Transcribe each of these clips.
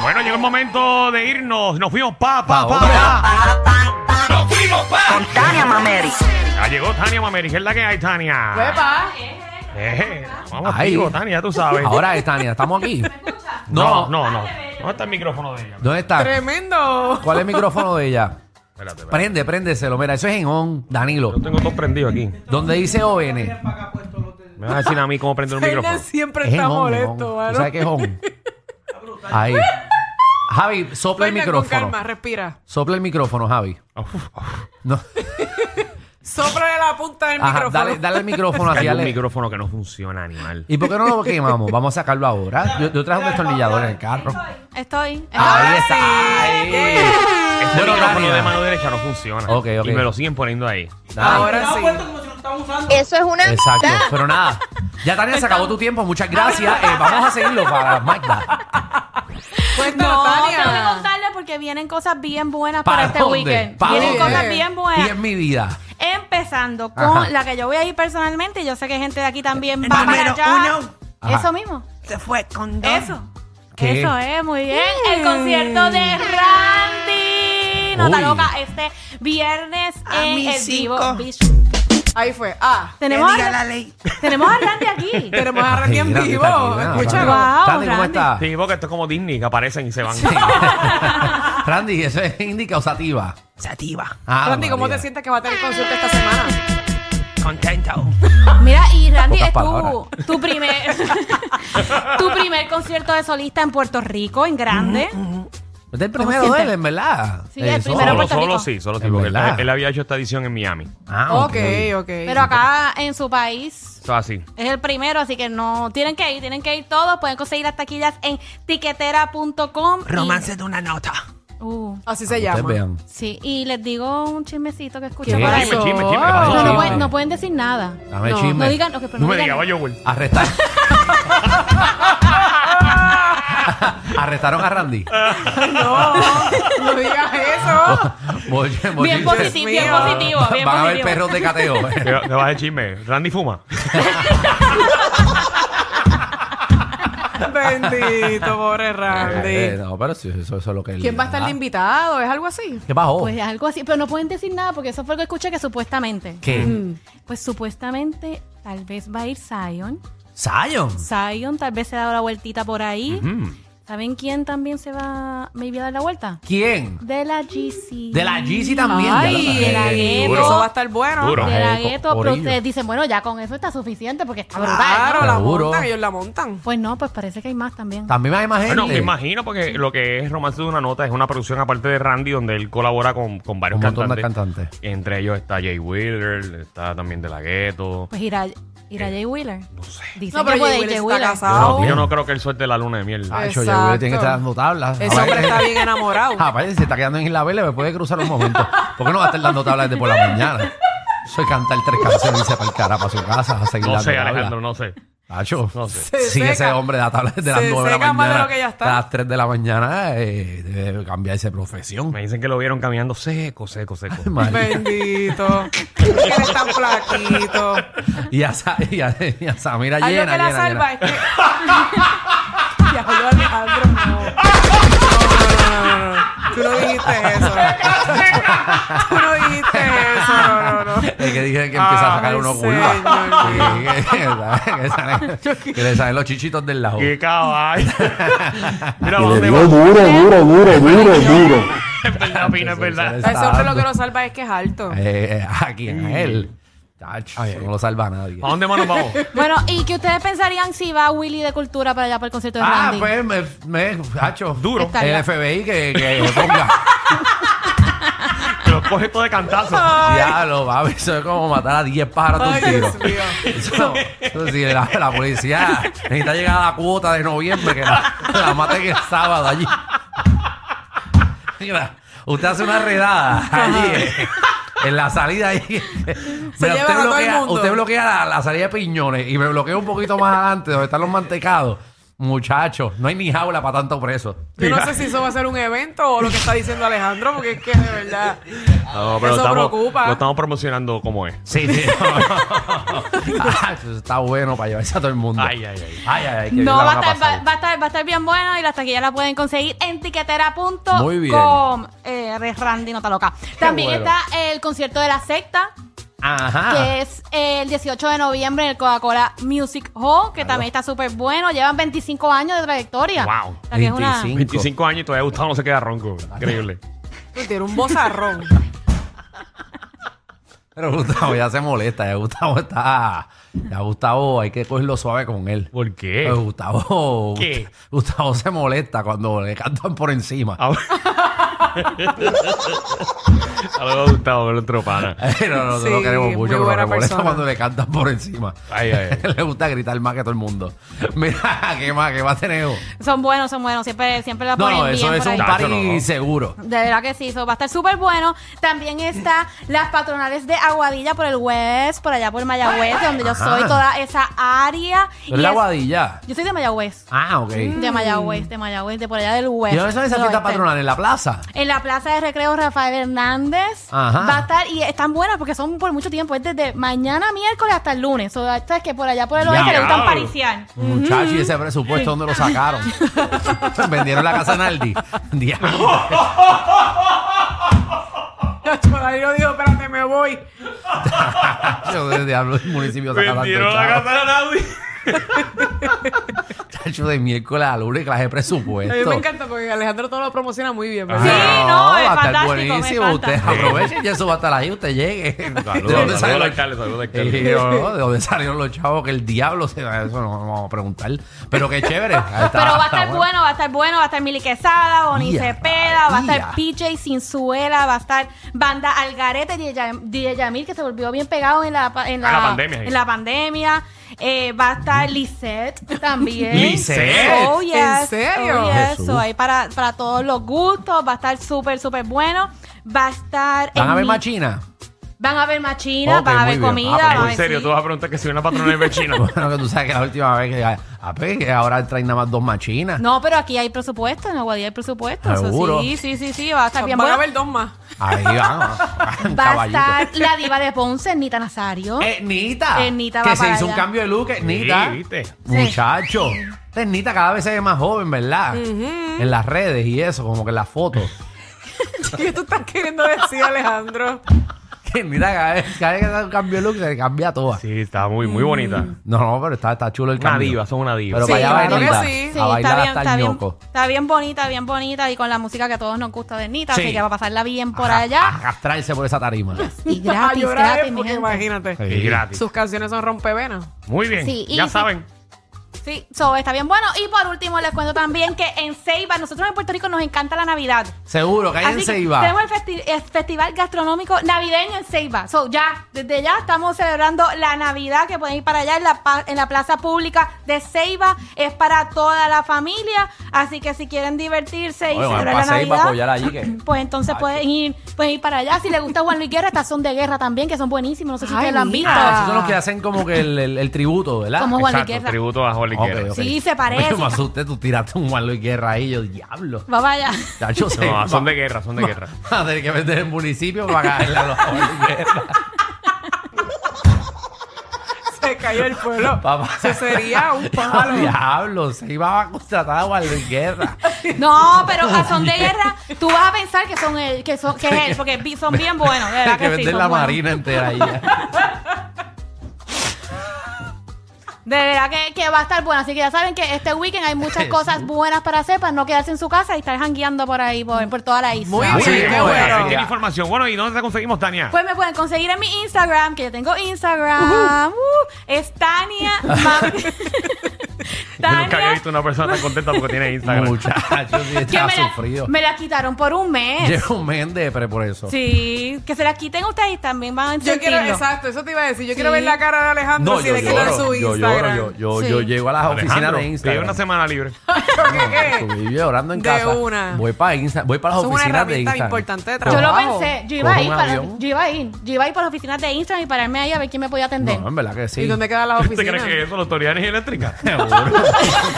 Bueno, llegó el momento de irnos. Nos fuimos pa, pa, pa, hombre. pa. ¡Nos fuimos pa! Tania Mameri. Ya llegó Tania Mameri. ¿Qué es la que hay, Tania? Pepa. Ah. Eh, vamos Ay. activo, Tania, tú sabes. Ahora es Tania, ¿estamos aquí? No, no, no. ¿Dónde está el micrófono de ella? ¿Dónde está? Tremendo. ¿Cuál es el micrófono de ella? Espérate, espérate. Prende, préndeselo. Mira, eso es en on, Danilo. Yo tengo todo prendido aquí. Donde dice ON. Es Me vas a decir a mí cómo prender un micrófono. Fernan siempre en está on. en on. molesto, ¿Tú mano. ¿Sabes qué es on? Ahí. Javi, sopla el Fernan, con micrófono. calma, respira. Sopla el micrófono, Javi. Uf, uf. No. Sóprale la punta del Ajá, micrófono. dale, dale el micrófono así, Hay un dale. micrófono que no funciona, animal. ¿Y por qué no lo quemamos? Vamos a sacarlo ahora. Yo, yo traje un destornillador en el carro. Estoy. Ahí está. Ay, Ahí. Este Bueno, micrófono Tania. de mano derecha no funciona. Ok, ok. Y me lo siguen poniendo ahí. Ahora sí. Eso es una. Exacto, pero nada. Ya Tania se acabó tu tiempo, muchas gracias. Eh, vamos a seguirlo para Magda. Cuéntalo, Pues No, tengo que Pues Tania. contarle porque vienen cosas bien buenas para, este dónde? weekend. ¿Para vienen dónde? cosas bien buenas. Y en mi vida. Empezando con Ajá. la que yo voy a ir personalmente. Yo sé que gente de aquí también va para número allá. uno. Ajá. Eso mismo. Se fue con dos. Mm. Eso. ¿Qué? Eso es, muy bien. El concierto de Randy. No está Uy. loca. Este viernes A en mis el vivo. cinco. Beach. Ahí fue. Ah. Tenemos, Que a, diga la Ra- ley. tenemos a Randy aquí. Tenemos a Randy en Randy vivo. está aquí, nada, Escúchalo. Randy. Wow, Randy, ¿cómo Randy. está? Sí, porque esto es como Disney, que aparecen y se van. Randy, eso es indica causativa. Sativa. Ah, Randy, ¿cómo María. te sientes que va a tener concierto esta semana? Contento. Mira, y Randy, Pocas es tu, palabras. tu primer tu primer concierto de solista en Puerto Rico, en grande. Este es el primero sientes? de él, en verdad. Sí, el Eso. primero Solo, Puerto solo Rico. sí, solo sí. Es Porque él, verdad. él había hecho esta edición en Miami. Ah, ok. Ok, ok. Pero acá en su país Eso es así. es el primero, así que no tienen que ir, tienen que ir todos. Pueden conseguir las taquillas en tiquetera.com. y- Romance de una nota. Uh, Así se Ustedes llama. vean. sí, y les digo un chismecito que escuché ¿Qué por ahí. Chisme, pasó? chisme, chisme. Ah, No, Chisme. no, pueden, no pueden decir nada. Dame No, chisme. No digan, ok, pero No no me digan- digas, Yowell. Arrestar. Arrestaron a Randy. Ah. No, no digas eso. Boliche- Bien boliche. positivo, bien mío. positivo, bien Van a haber positivo. perros de cateo. eh. Que va- que baje el chisme. Randy fuma. Bendito, pobre Eh, Randy. no, pero sí, eso, eso es lo que él- ¿Quién va a estar de Ah, invitado? ¿Es algo así? ¿Qué bajó? Pues algo así, pero no pueden decir nada porque eso fue lo que escuché que supuestamente. ¿Qué? mm. Pues supuestamente tal vez va a ir Zion. Zion. Zion tal vez se ha dado la vueltita por ahí. Mm. ¿Saben quién también se va maybe a dar la vuelta? ¿Quién? De la GC. De la Yeezy también. Ay, Ya lo- de la Eh, Yeezo. Pero Duro. Eso va a estar bueno. Duro. De la Ay, gueto, pero corillo. ustedes dicen, bueno, ya con eso está suficiente porque está brutal. Claro, ¿no? la Seguro. montan, ellos la montan. Pues no, pues parece que hay más también. También hay más gente. Bueno, me imagino porque lo que es Romance de una Nota es una producción aparte de Randy donde él colabora con, con varios Un montón de cantantes. cantantes. Entre ellos está Jay Wheeler, está también De La Ghetto. Pues irá, irá Jay Wheeler. No sé. Dicen No, pero que puede Jay ir Will Jay está Wheeler. casado. Yo no creo que él suelte la luna de miel. Ay. Tacho, yo creo que tiene que Exacto. estar dando tablas. Ese hombre está bien enamorado. Ah, parece que se está quedando en la vela, me puede cruzar un momento. ¿Por qué no va a estar dando tablas desde por la mañana? Soy cantar tres canciones y se para el cara para su casa a seguir No dando sé, tablas. Alejandro, no sé. Tacho, No sé. Se sí, seca. ese hombre da tablas desde las Se 9 de la seca más de mañana. lo que ya está. A las 3 de la mañana eh, debe cambiar esa profesión. Me dicen que lo vieron caminando seco, seco, seco. María. Bendito. que eres tan flaquito. y, a, Sa- y, a, y a Samira Algo llena, que la llena, salva llena. es que. Diablo, Alejandro, no. No, no, no, no, no. Tú no dijiste eso. Tú no dijiste eso. No, no, no. Es que dije que empieza a sacar Ay, uno señor curva. Sí, que- que, salen- que le salen los chichitos del lado. ¡Qué caballo! Mira, Y le ¿dónde dio va? duro, duro, duro, duro, duro. Es verdad, Pina, es verdad. A ese hombre lo que lo salva es que es alto. Eh, eh, ¿A quién? A él. Tacho, no lo salva a nadie. ¿A dónde más nos vamos? Bueno, ¿y qué ustedes pensarían si va Willy de Cultura para allá para el concierto de Ah, Randy? pues me, me hacho Duro. Está El bien. FBI que, que lo ponga. Que los coge todo de cantazo. Diablo, va, eso es como matar a 10 pájaros de Ay, un tiro. Dios mío. Eso, eso sí, la, la policía necesita llegar a la cuota de noviembre que la, la maten el sábado allí. Mira, usted hace una redada allí eh, en la salida ahí. Mira, llevan usted, a todo el bloquea, mundo. usted bloquea la, la salida de piñones y me bloquea un poquito más adelante donde están los mantecados. Muchachos, no hay ni jaula para tanto preso. Yo no Mira. sé si eso va a ser un evento o lo que está diciendo Alejandro, porque es que de verdad. No, pero Eso estamos, preocupa. lo estamos promocionando como es. Sí, sí. Ah, eso está bueno para llevarse a todo el mundo. Ay, ay, ay. Ay, ay, ay, qué bien No, la va a, van a estar, va, pasar. va a estar, va a estar bien bueno y las taquillas la pueden conseguir en tiquetera.com. Muy bien. Eh, Re- Randy, no está loca. También bueno. Ah. está el concierto de la secta, Ajá. que es el 18 de noviembre en el Coca-Cola Music Hall, que también está súper bueno. Llevan 25 años de trayectoria. Wow. O sea, que es una- 25. 25 años y todavía Gustavo no se queda ronco. Increíble. Tú tienes un bozarrón. Pero Gustavo ya se molesta, ya Gustavo está. Ya Gustavo hay que cogerlo suave con él. ¿Por qué? Pues Gustavo, ¿Qué? Ah. Gustavo se molesta cuando le cantan por encima. A ver. Saludos, Gustavo, nuestro pana. no, no, Sí, no lo queremos muy mucho, pero buena le molesta persona. cuando le cantan por encima. Ay, ay, le gusta gritar más que todo el mundo. Mira, qué más, qué más tenemos. Son buenos, son buenos. Siempre, siempre la No, ponen no, bien eso por es un ahí. par- party Tacho, no. seguro. De verdad que sí, eso va a estar súper bueno. También está las patronales de Aguadilla por el West, por allá por Mayagüez, donde yo Ajá. soy toda esa área. Es la es- guadilla. yo soy de Mayagüez. Ah, ok. De Mayagüez, de Mayagüez, de por allá del West. ¿Y dónde son esas del fiestas oeste. patronales? ¿En la plaza? En la plaza de recreo Rafael Hernández. Ajá. Va a estar, y están buenas porque son por mucho tiempo, es desde mañana miércoles hasta el lunes. O sea, esto es que por allá por el oeste le gustan Diablo. pariciar. Muchachos, ¿y ese presupuesto dónde lo sacaron? Vendieron la casa Naldi. Diablo. Yo digo, espérate, me voy. Yo de diablo el municipio saca tanto chavo. de Naudi. Chacho, de miércoles a lunes, clase de A mí presupuesto. me encanta porque Alejandro todo lo promociona muy bien. Sí, ¿verdad? Ah, no, es va a estar fantástico, me buenísimo. encanta. Usted aprovechen y eso va a estar ahí. Usted llegue. Saludos, saludos al alcalde, saludos al alcalde. Eh, no, ¿De dónde salieron los chavos? Que el diablo se va. Eso no no vamos a preguntar. Pero qué chévere. Ahí está, Pero va a está estar bueno. va a estar bueno, va a estar Mili Quesada, Bonnie Ya, Cepeda, va a ya. estar PJ Sinzuela, va a estar Banda Algarete, DJ, Yam- DJ Yamil, que se volvió bien pegado en la, pa- en Ah, la, la pandemia, sí. En la pandemia. Eh, va a estar Lisette también. ¿Lisette? Oh, yes. ¿En serio? Oh, yes. Jesús. So, ahí para, para todos los gustos. Va a estar súper, súper bueno. Va a estar. ¿Van en a ver mi- más China? Van a ver machina, Ok, van a muy ver bien. comida. Ah, pero van a En ver serio, sí. tú vas a preguntar que si una patrona es vecina. Bueno, que tú sabes que la última vez que. ah, ah, pues, que ahora traen nada más dos machinas. No, pero aquí hay presupuesto, en Aguadilla hay presupuesto. eso Seguro. sí, sí, sí, sí, va a estar bien Van a bueno. haber dos más. Ahí vamos. van, Va a caballito. Eh, estar la diva de Ponce, Nita Nazario. Etnita. Etnita Que va se para hizo un allá. cambio de look, eh, Etnita. Sí, ¿viste? Muchacho. Esta Etnita cada vez se ve más joven, ¿verdad? En las redes y eso, como que en las fotos. ¿Qué tú estás queriendo decir, Alejandro? Que Etnita cada vez, cada vez que da un cambio de look se le cambia toda. Sí, está muy, muy bonita. No, no, pero está, está chulo el Una cambio. diva, son una diva. Pero Sí, para allá va claro que Etnita. sí. Sí, a está bailar bien, hasta está el bien, ñoco. está bien bonita, bien bonita y con la música que a todos nos gusta de Nita, Sí. así que va a pasarla bien por Ajá, A allá. castrarse por esa tarima. Y A gratis, llorar, gratis, mi porque gente. imagínate. Y gratis. Sus canciones son rompevenas. Muy bien. Sí, y- ya saben. Sí, so, está bien bueno. Y por último les cuento también que en Ceiba, nosotros en Puerto Rico nos encanta la Navidad. Seguro, Así cállense que y va. tenemos el, festi- el festival gastronómico navideño en Ceiba. So, ya, desde ya estamos celebrando la Navidad que pueden ir para allá en la, pa- en la plaza pública de Ceiba. Es para toda la familia. Así que si quieren divertirse y Oye, van celebrar la para Ceiba, Navidad, apoyar allí, que- pues entonces Ay, pueden ir, pueden ir para allá. Si les gusta Juan Luis Guerra, estas son de guerra también, que son buenísimos. No sé si Ay, ustedes lo han visto. mira. Ah, esos son los que hacen como que el, el- el tributo, ¿verdad? Como Juan Luis Exacto, Guerra. tributo a Juan Ok, Guerra. ok. Sí, se parece. Me asusté, tú tiraste un Juan Luis Guerra ahí, yo, diablo. Va para allá. Chacho, se- No, son va- de guerra, son de guerra. Va a tener que vender el municipio para caerle a los Juan Luis Guerra. Se cayó el pueblo. Papá. Eso sería un palo. Diablo, se iba a contratar a Juan Luis Guerra. No, pero a son de guerra, tú vas a pensar que son el, que son, que es él, porque vi- son bien buenos, de Hay que verdad que sí, vender son la buenos. marina entera ahí. ya. De verdad que, que va a estar bueno. Así que ya saben que este weekend hay muchas Jesús. cosas buenas para hacer, para no quedarse en su casa y estar jangueando por ahí, por, por toda la isla. Muy Muy Sí, bien, qué muy bueno. bien. Ahí tiene información. Bueno, ¿y dónde te conseguimos, Tania? Pues me pueden conseguir en mi Instagram, que yo tengo Instagram. Uh, es Tania. Ma- Yo nunca había Tania. visto una persona tan contenta porque tiene Instagram. Muchachos, sí Que está me la, sufrido. me la quitaron por un mes. Lleva un mes de pre por eso. Sí, que se la quiten ustedes y también van a Yo quiero, sentirlo. exacto, eso te iba a decir. Yo Sí. quiero ver la cara de Alejandro si le quitan su yo Instagram. lloro, yo, yo, Sí. yo llego a las oficinas Alejandro, de Instagram. pide una semana libre. ¿Qué, qué? Estoy llorando en De casa. una. Voy para voy para las Eso es una oficinas de herramienta Instagram. importante de Yo lo Abajo. pensé, yo iba a Cojo ir un para, avión. yo iba a ir, yo iba a ir por las oficinas de Instagram y pararme ahí a ver quién me podía atender. No, en verdad que sí. ¿Y dónde quedan las ¿Te crees oficinas? que eso, la autoridad de energía eléctrica? Seguro. seguro.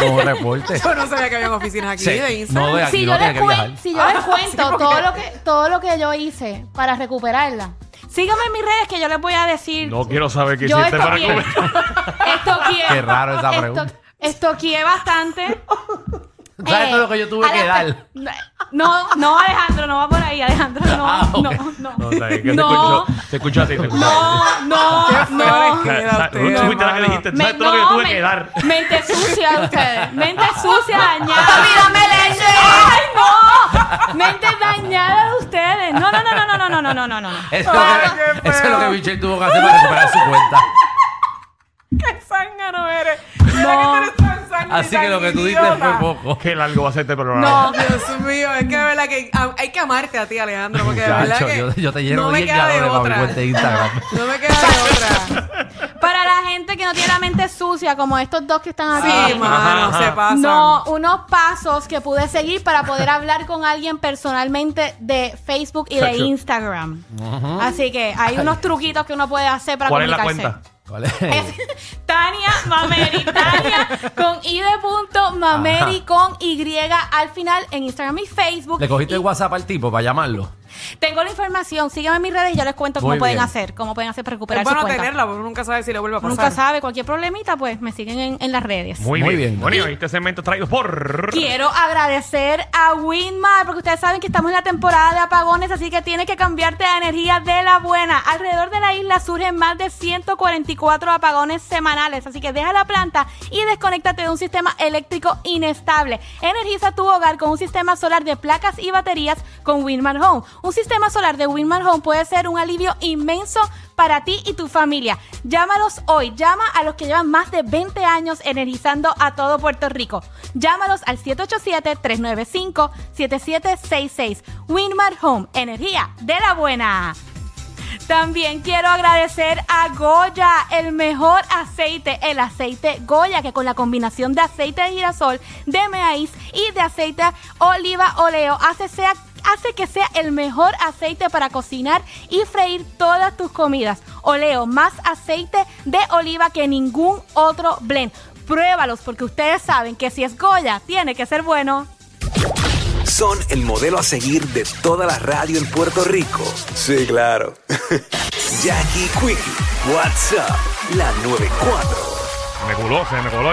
Como un reporte. Yo no sabía que había oficinas aquí Sí. de Instagram. No, de aquí si, no yo tiene les que viajar. cuen- si yo les Ah, sí, cuento porque- todo, lo que, todo lo que yo hice para recuperarla, síganme en mis redes que yo les voy a decir. No quiero saber qué yo hiciste para estoqueé- comer. estoqueé- Qué raro esa esto- pregunta. Estoqueé bastante. ¿Sabes Eh, todo lo que yo tuve a que las dar? pe- No, no, Alejandro, no va por ahí, Alejandro, no, Ah, ok. no, no. No, está bien, que te No. escucho- te escucho a ti, te escucho a ti. No, no, Qué feo no. eres. Sa- sa- Quédate, Tú fuiste la que hermano. dijiste, tú Me- ¿sabes todo lo que yo no, tuve me- que dar? Mente sucia de ustedes. Mente sucia, dañada. leche! ¡Ay, no! Mente dañada de ustedes. No, no, no, no, no, no, no, no, no, no. no. Eso, es lo que- eso es lo que Michelle tuvo que hacer para recuperar su cuenta. ¡Qué zángano eres! No. Que tú eres tan zángano y Así que tan lo que tú pues, diste idiota. fue poco. Qué largo va a ser este programa. No. Dios mío, es que de verdad que a- hay que amarte a ti, Alejandro, porque de verdad Muchacho, que yo, yo te lleno no me 10 queda de galones para mi otra. cuenta de Instagram. No me queda de otra. Para la gente que no tiene la mente sucia, como estos dos que están aquí. Sí, mano, se pasa. No, unos pasos que pude seguir para poder hablar con alguien personalmente de Facebook y de Exacto. Instagram. Así que hay unos truquitos que uno puede hacer para ¿Cuál es la comunicarse. cuenta? ¿Cuál es? Es Tania Mameri. Tania con I de punto Mameri con Y al final en Instagram y Facebook. ¿Le cogiste Y el WhatsApp al tipo para llamarlo? Tengo la información. Sígueme en mis redes y yo les cuento cómo Muy pueden bien. hacer, cómo pueden hacer para recuperar Es su bueno cuenta. tenerla, porque uno nunca sabe si le vuelve a pasar. Nunca sabe, cualquier problemita, pues me siguen en, en las redes. Muy, Muy bien. bien. Bueno, y este segmento es traído por... Quiero agradecer a Winmar porque ustedes saben que estamos en la temporada de apagones, así que tienes que cambiarte a energía de la buena. Alrededor de la isla surgen más de 144 apagones semanales, así que deja la planta y desconéctate de un sistema eléctrico inestable. Energiza tu hogar con un sistema solar de placas y baterías con Winmar Home. Un sistema solar de Winmar Home puede ser un alivio inmenso para ti y tu familia. Llámalos hoy. Llama a los que llevan más de 20 años energizando a todo Puerto Rico. Llámalos al 787-395-7766. Winmar Home, energía de la buena. También quiero agradecer a Goya, el mejor aceite, el aceite Goya, que con la combinación de aceite de girasol, de maíz y de aceite oliva oleo hace, sea- hace que sea el mejor aceite para cocinar y freír todas tus comidas. Oleo, más aceite de oliva que ningún otro blend. Pruébalos porque ustedes saben que si es Goya, tiene que ser bueno. Son el modelo a seguir de toda la radio en Puerto Rico. Sí, claro. Jackie Quickie, WhatsApp, la 94. Me culó, se me coló.